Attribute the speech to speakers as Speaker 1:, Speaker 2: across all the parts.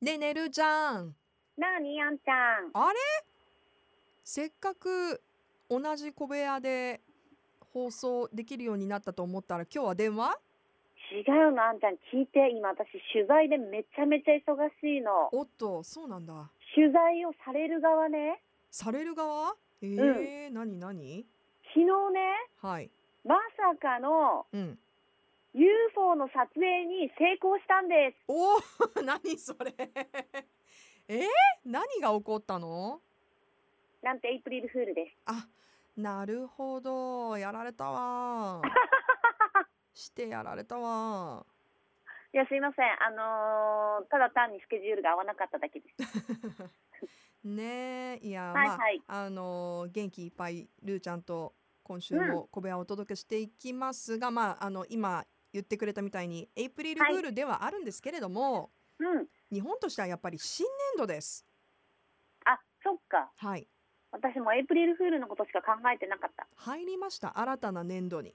Speaker 1: ねえねるちゃん
Speaker 2: なあにあんちゃん。
Speaker 1: あれせっかく同じ小部屋で放送できるようになったと思ったら今日は電話
Speaker 2: 違うのあんちゃん聞いて今私取材でめちゃめちゃ忙しいの
Speaker 1: おっとそうなんだ
Speaker 2: 取材をされる側ね
Speaker 1: される側えー何何
Speaker 2: 昨日ね
Speaker 1: はい
Speaker 2: まさかの
Speaker 1: うん
Speaker 2: UFO の撮影に成功したんです
Speaker 1: おお 何それ えー、何が起こったの
Speaker 2: なんてエイプリルフールです
Speaker 1: あなるほどやられた わしてやられたわ
Speaker 2: いやすいませんあのーただ単にスケジュールが合わなかっただけです
Speaker 1: ねえいや、
Speaker 2: はい
Speaker 1: まあ
Speaker 2: はい
Speaker 1: あのー元気いっぱいルーちゃんと今週も小部屋をお届けしていきますが、まああの今言ってくれたみたいにエイプリル
Speaker 2: はい
Speaker 1: フールではあるんですけれども、
Speaker 2: うん
Speaker 1: 日本としてはやっぱり新年度です
Speaker 2: あそっか
Speaker 1: はい
Speaker 2: 私もエイプリルフールのことしか考えてなかった
Speaker 1: 入りました新たな年度に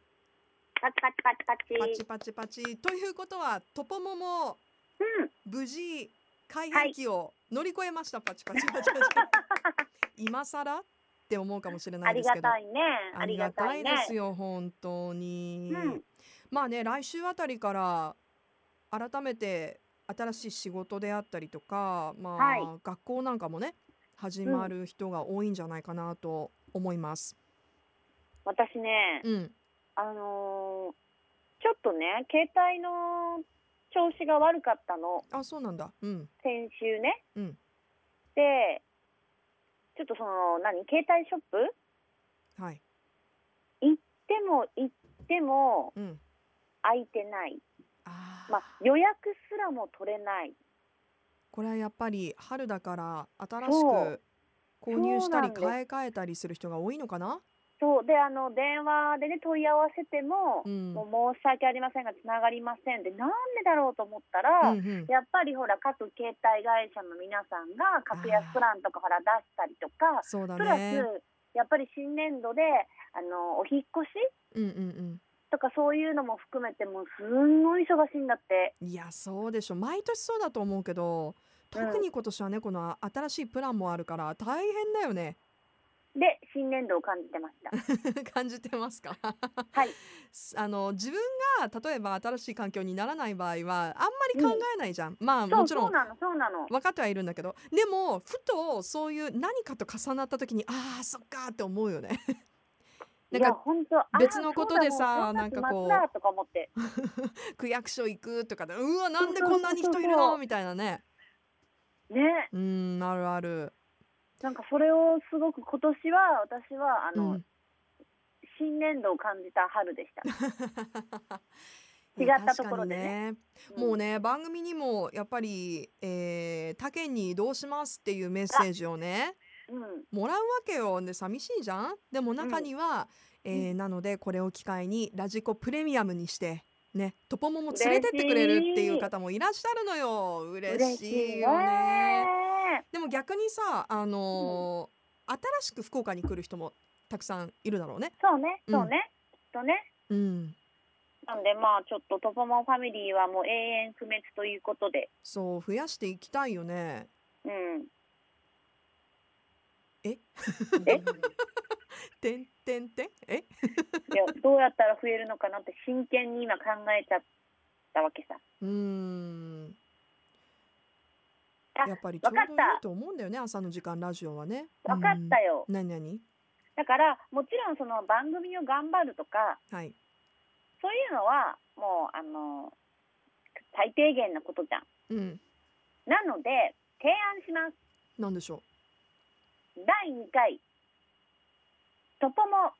Speaker 2: パチパチパチパチ
Speaker 1: パチパチパチということはトポモも
Speaker 2: うん
Speaker 1: 無事改変期を乗り越えました、パチパチパチパチ 今更って思うかもしれな
Speaker 2: あ
Speaker 1: いで
Speaker 2: り
Speaker 1: す
Speaker 2: が
Speaker 1: けど
Speaker 2: たいねありがたいね
Speaker 1: ありがたいですよ本当に、
Speaker 2: うん
Speaker 1: まあね来週あたりから改めて新しい仕事であったりとかまあ、
Speaker 2: はい
Speaker 1: 学校なんかもね始まる人が多いんじゃないかなと思います。
Speaker 2: 私ね
Speaker 1: うん、
Speaker 2: あのーちょっとね、携帯の調子が悪かったの、
Speaker 1: あそうなんだ。うん、
Speaker 2: 先週ね。
Speaker 1: うん
Speaker 2: で、ちょっとその、何、携帯ショップ
Speaker 1: はい、
Speaker 2: でも行っても
Speaker 1: うん、
Speaker 2: 空いてない。
Speaker 1: あー
Speaker 2: まあ、予約すらも取れない。
Speaker 1: これはやっぱり春だから新し
Speaker 2: そう
Speaker 1: く購入したり
Speaker 2: そうな
Speaker 1: 買い替えたりする人が多いのかな。
Speaker 2: そう、で、あの、電話でね、問い合わせても、
Speaker 1: うん、うん
Speaker 2: もう申し訳ありませんが、つながりませんで、なんでだろうと思ったら、
Speaker 1: うん、
Speaker 2: やっぱりほら、各携帯会社の皆さんが格安プランとかから出したりとか、
Speaker 1: そうだ
Speaker 2: プラス
Speaker 1: ね。
Speaker 2: やっぱり新年度であのお引っ越し
Speaker 1: うんうん
Speaker 2: とかそういうのも含めてもうすんごい忙しいんだって
Speaker 1: うん。いやそうでしょ。毎年そうだと思うけど、特に今年はねこの新しいプランもあるから大変だよね。
Speaker 2: で新年度を感じてました
Speaker 1: 感じてますか。
Speaker 2: はい。
Speaker 1: あの自分が例えば新しい環境にならない場合はあんまり考えないじゃん。まあ
Speaker 2: そ
Speaker 1: も
Speaker 2: う
Speaker 1: ち
Speaker 2: そ
Speaker 1: ろ
Speaker 2: うんなのそうなの
Speaker 1: 分かってはいるんだけど、でもふとそういう何かと重なった時にああそっかーって思うよね。 なん
Speaker 2: いや
Speaker 1: か
Speaker 2: 本当あー
Speaker 1: 別のことでさ
Speaker 2: そうだも
Speaker 1: なんかこう
Speaker 2: 五月末だとか 思って
Speaker 1: 区役所行くとかでうわなんでこんなに
Speaker 2: そうそ
Speaker 1: 人い
Speaker 2: うそう
Speaker 1: るのみたいなね。
Speaker 2: ね
Speaker 1: うんあるある。
Speaker 2: なんかそれをすごく今年は私はあ
Speaker 1: う
Speaker 2: の、
Speaker 1: ん。
Speaker 2: 新年度を感じた春でした
Speaker 1: いや
Speaker 2: 違ったところでね
Speaker 1: 確かにね もうね番組にもやっぱり、えー他県に移動しますっていうメッセージをね
Speaker 2: うん、うん
Speaker 1: もらうわけよで寂しいじゃんでも中には、えーなのでこれを機会にラジコプレミアムにしてねトポモも連れてってくれるっていう方もいらっしゃるのよ嬉しいよねでも逆にさあのー新しく福岡に来る人もたくさんいるだろうね
Speaker 2: そうね
Speaker 1: うん
Speaker 2: そうね、きっとね
Speaker 1: うん
Speaker 2: なんでまあちょっとトポモンファミリーはもう永遠不滅ということで
Speaker 1: そう増やしていきたいよね
Speaker 2: うん
Speaker 1: え
Speaker 2: えい
Speaker 1: てんてんてんえ
Speaker 2: や どうやったら増えるのかなって真剣に今考えちゃったわけさ
Speaker 1: うーん
Speaker 2: あ
Speaker 1: やっぱりちょ
Speaker 2: わ
Speaker 1: う
Speaker 2: かっ
Speaker 1: どい
Speaker 2: た
Speaker 1: いと思うんだよね朝の時間ラジオはね
Speaker 2: 分かった
Speaker 1: よ、
Speaker 2: よ、
Speaker 1: うん、何何
Speaker 2: だからもちろんその番組を頑張るとか
Speaker 1: はい
Speaker 2: そういうのはもうあの最低限のことじゃん
Speaker 1: うん
Speaker 2: なので提案します
Speaker 1: 何でしょ
Speaker 2: 第2回トポモ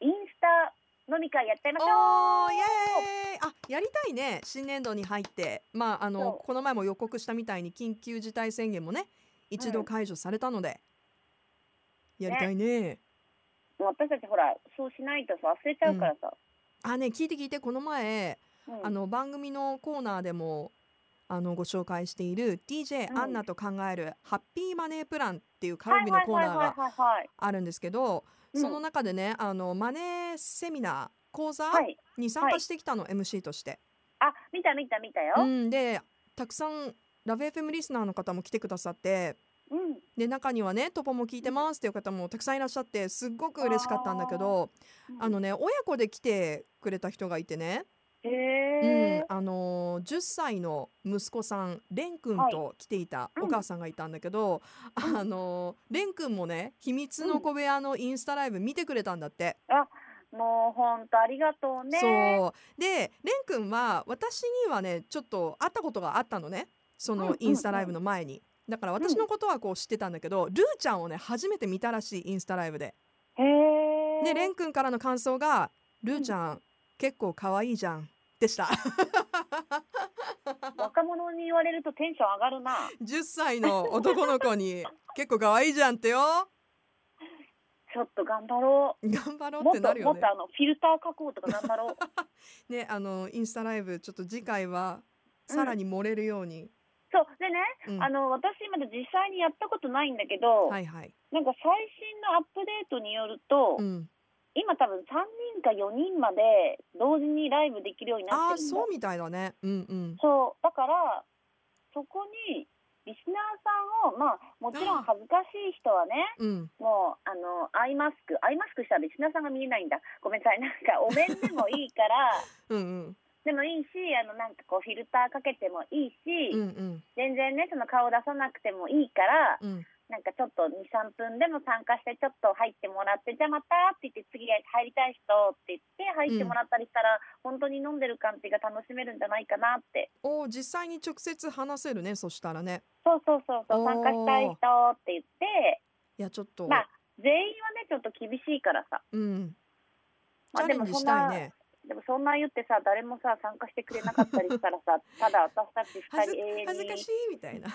Speaker 2: インスタ飲み会やっちゃいま
Speaker 1: う
Speaker 2: しょ
Speaker 1: おー
Speaker 2: う
Speaker 1: イエーイあやりたいね新年度に入ってまああの
Speaker 2: そ
Speaker 1: この前も予告したみたいに緊急事態宣言もね一度解除されたので、やりたいね
Speaker 2: 私たちほらそうしないとさ忘れちゃうからさ、
Speaker 1: あね聞いて聞いてこの前
Speaker 2: うん
Speaker 1: あの番組のコーナーでもあのご紹介している DJ
Speaker 2: うん
Speaker 1: アンナと考えるハッピーマネープランっていうカルビのコーナーが
Speaker 2: はいはいはいはいはい
Speaker 1: あるんですけど
Speaker 2: うん
Speaker 1: その中でねあのマネーセミナー講座
Speaker 2: はい、はい、
Speaker 1: に参加してきたの MC として。
Speaker 2: あ見た見た見たよ、
Speaker 1: うん、でたくさんラブ FM リスナーの方も来てくださって
Speaker 2: うん、
Speaker 1: で中にはね「トポも聞いてます」っていう方もたくさんいらっしゃってすっごく嬉しかったんだけどあのね親子で来てくれた人がいてね、
Speaker 2: へ
Speaker 1: うん
Speaker 2: え、
Speaker 1: あのー10歳の息子さん蓮くんと来ていた
Speaker 2: うん
Speaker 1: お母さんがいたんだけど、
Speaker 2: うん
Speaker 1: あのー蓮くんもね「秘密の小部屋」のインスタライブ見てくれたんだって。
Speaker 2: もう本当ありがとうね。
Speaker 1: そうで蓮くんは私にはねちょっと会ったことがあったのねそ
Speaker 2: うんうん
Speaker 1: の
Speaker 2: うん
Speaker 1: インスタライブの前に。だから私のことはこう知ってたんだけど、ルーちゃんをね初めて見たらしいインスタライブで。
Speaker 2: へえ。
Speaker 1: で蓮くんからの感想が「ルーちゃん結構可愛いじゃん」でした
Speaker 2: 若者に言われるとテンション上がるな。
Speaker 1: 10歳の男の子に「結構可愛いじゃん」ってよ
Speaker 2: ちょっと頑張ろ
Speaker 1: 頑張ろう
Speaker 2: う。
Speaker 1: っ
Speaker 2: も
Speaker 1: て
Speaker 2: っ
Speaker 1: な
Speaker 2: と、
Speaker 1: る
Speaker 2: も
Speaker 1: よ
Speaker 2: っ
Speaker 1: ね
Speaker 2: と。あのフィルター加工とか頑張 ろう。
Speaker 1: ねあのインスタライブちょっと次回はさらに盛れるように。
Speaker 2: そうでね、
Speaker 1: うん
Speaker 2: あの私まだ実際にやったことないんだけど、
Speaker 1: はいはい。
Speaker 2: なんか最新のアップデートによると、
Speaker 1: うん
Speaker 2: 今多分三人か四人まで同時にライブできるようにな
Speaker 1: あ
Speaker 2: っ
Speaker 1: あ
Speaker 2: てるんだ。
Speaker 1: そうみたいだね。うんうん。
Speaker 2: そうだからそこにリスナーさんをまあもちろん恥ずかしい人はね
Speaker 1: うん。
Speaker 2: もうあのアイマスクアイマスクしたらリスナーさんが見えないんだごめんなさいなんかお面でもいいから
Speaker 1: うんうん。
Speaker 2: でもいいしあのなんかこうフィルターかけてもいいし、
Speaker 1: うんうん。
Speaker 2: 全然ねその顔出さなくてもいいから
Speaker 1: うん。
Speaker 2: なんかちょっと23分でも参加してちょっと入ってもらってじゃあまたって言って次入りたい人って言って入ってもらったりしたら、本当に飲んでる感じが楽しめるんじゃないかなって
Speaker 1: おー実際に直接話せるね。そしたらね。
Speaker 2: そうそうそうそ
Speaker 1: お
Speaker 2: う
Speaker 1: ー
Speaker 2: 参加したい人って言って
Speaker 1: いやちょっと。
Speaker 2: まあ全員はねちょっと厳しいからさ、
Speaker 1: うん。チ
Speaker 2: まあ、
Speaker 1: ャ
Speaker 2: で
Speaker 1: レン
Speaker 2: も
Speaker 1: ジ
Speaker 2: そ
Speaker 1: し
Speaker 2: ん
Speaker 1: た
Speaker 2: ない
Speaker 1: ね。
Speaker 2: でもそんな言ってさ誰もさ参加してくれなかったりしたらさ ただ私たち
Speaker 1: 恥ず恥
Speaker 2: 2人
Speaker 1: ず
Speaker 2: 永遠
Speaker 1: か
Speaker 2: に
Speaker 1: しいみたいな。い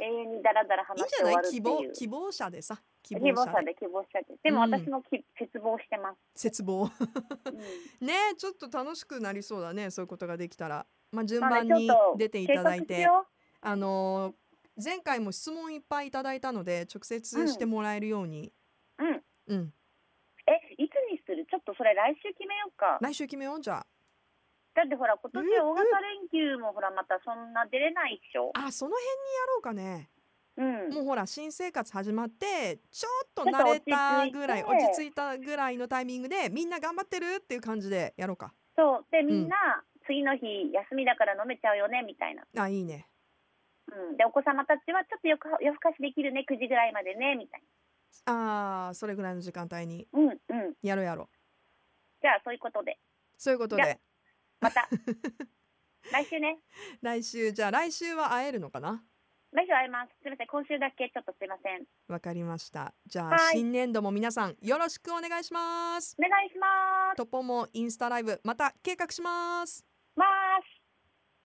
Speaker 2: 永遠にダラダラ話
Speaker 1: いん
Speaker 2: し
Speaker 1: じ
Speaker 2: て
Speaker 1: ゃ
Speaker 2: 終
Speaker 1: ない
Speaker 2: わるって
Speaker 1: 希
Speaker 2: いう
Speaker 1: 望希望者でさ希
Speaker 2: 希望
Speaker 1: 望者
Speaker 2: 者
Speaker 1: で
Speaker 2: で希望者ででも
Speaker 1: うん
Speaker 2: 私もき、絶望してます、
Speaker 1: 絶望
Speaker 2: うん
Speaker 1: ねちょっと楽しくなりそうだねそういうことができたら。まあ順
Speaker 2: な
Speaker 1: 番
Speaker 2: ので
Speaker 1: に
Speaker 2: ちょっと
Speaker 1: 出ていただいて。あのー前回も質問いっぱいいただいたので直
Speaker 2: う
Speaker 1: 接
Speaker 2: ん
Speaker 1: してもらえるように。
Speaker 2: うん。
Speaker 1: うん。
Speaker 2: えいつにするちょっとそれ来週決めようか
Speaker 1: 来週決めようじゃ
Speaker 2: だってほら今
Speaker 1: う
Speaker 2: 年
Speaker 1: んうん
Speaker 2: 大型連休もほらまたそんな出れないでしょ
Speaker 1: あ。あその辺にやろうかね。
Speaker 2: うん
Speaker 1: もうほら新生活始まってちょっと
Speaker 2: ちょっと
Speaker 1: 慣れたぐらい
Speaker 2: 落
Speaker 1: 落
Speaker 2: ち
Speaker 1: ち
Speaker 2: 着いて
Speaker 1: 着いたぐらいのタイミングでみんな頑張ってるっていう感じでやろうか
Speaker 2: そうでみんな次の日休みだから飲めちゃうよねみたいな、
Speaker 1: あいいね
Speaker 2: うん、でお子様たちはちょっと夜か夜更かしできるね9時ぐらいまでねみたい
Speaker 1: あーそれぐらいの時間帯に
Speaker 2: なうんうん
Speaker 1: やろうやろう
Speaker 2: じゃあそういうことで
Speaker 1: そういうこと
Speaker 2: じゃ
Speaker 1: で
Speaker 2: また来週ね
Speaker 1: 来週じゃあ来週は会えるのかな
Speaker 2: 来週会えますすみません今週だけちょっとすみません
Speaker 1: わかりましたじゃ
Speaker 2: は
Speaker 1: あ
Speaker 2: い
Speaker 1: 新年度も皆さんよろしくお願いします
Speaker 2: お願いします
Speaker 1: トポもインスタライブまた計画します
Speaker 2: バイ